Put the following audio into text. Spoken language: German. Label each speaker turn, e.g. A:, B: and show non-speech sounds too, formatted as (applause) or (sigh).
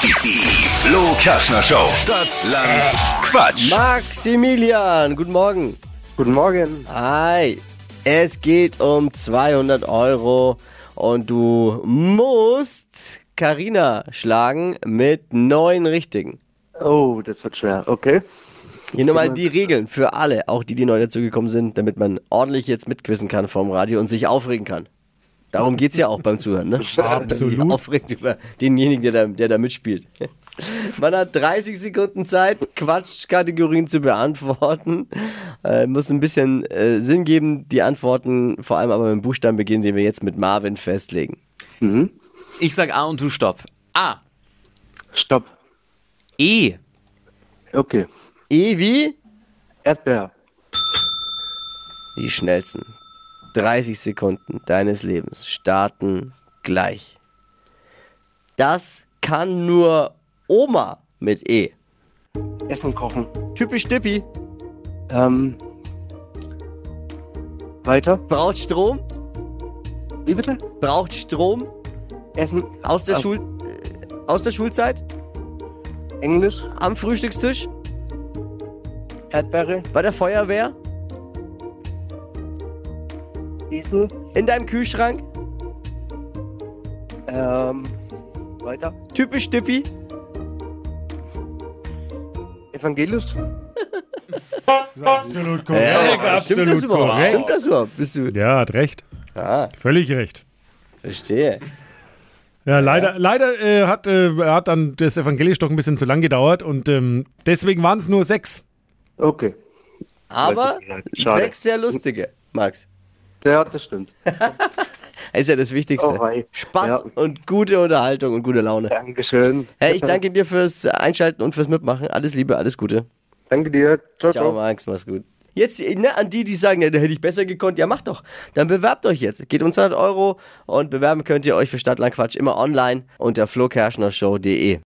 A: Die Flo Kerschner Show. Stadt, Land, Quatsch.
B: Maximilian, guten Morgen.
C: Guten Morgen.
B: Hi. Es geht um 200 Euro und du musst Karina schlagen mit neun Richtigen.
C: Oh, das wird schwer. Okay.
B: Hier nochmal die Regeln für alle, auch die, die neu dazugekommen sind, damit man ordentlich jetzt mitquissen kann vorm Radio und sich aufregen kann. Darum geht's ja auch beim Zuhören, ne? Absolut. Sich aufregt über denjenigen, der da, der da mitspielt. (laughs) Man hat 30 Sekunden Zeit, Quatschkategorien zu beantworten. Äh, muss ein bisschen äh, Sinn geben, die Antworten vor allem aber mit dem Buchstaben beginnen, den wir jetzt mit Marvin festlegen.
D: Ich sag A und du stopp. A.
C: Stopp.
D: E.
C: Okay.
B: E wie?
C: Erdbeer.
B: Die schnellsten 30 Sekunden deines Lebens starten gleich. Das kann nur Oma mit E.
C: Essen kochen.
B: Typisch Dippi.
C: Ähm. Weiter.
B: Braucht Strom?
C: Wie bitte?
B: Braucht Strom
C: Essen.
B: aus der,
C: Ah.
B: Schul äh, aus der Schulzeit?
C: Englisch.
B: Am Frühstückstisch?
C: Erdbeere.
B: Bei der Feuerwehr?
C: Esel.
B: In deinem Kühlschrank?
C: Ähm. Weiter.
B: Typisch Dippi.
C: Evangelisch.
E: Absolut korrekt.
B: Stimmt das überhaupt? Stimmt das überhaupt? Bist du.
E: Ja, hat recht.
B: Ah,
E: Völlig recht.
B: verstehe.
E: Ja, leider, leider äh, hat, äh, hat dann das Evangelisch doch ein bisschen zu lang gedauert und ähm, deswegen waren es nur sechs.
C: Okay.
B: Aber
C: Schade.
B: sechs sehr lustige, Max.
C: Ja, das stimmt.
B: Ist ja das Wichtigste.
C: Oh, wei.
B: Spaß
C: Ja.
B: und gute Unterhaltung und gute Laune.
C: Dankeschön.
B: Hey, ich danke dir fürs Einschalten und fürs Mitmachen. Alles Liebe, alles Gute.
C: Danke dir. Ciao,
B: Ciao,
C: ciao.
B: Max, mach's gut. Jetzt ne, an die, die sagen, ja, da hätte ich besser gekonnt. Ja, macht doch. Dann bewerbt euch jetzt. Geht um 200 Euro und bewerben könnt ihr euch für Stadtlandquatsch immer online unter flokerschnershow.de.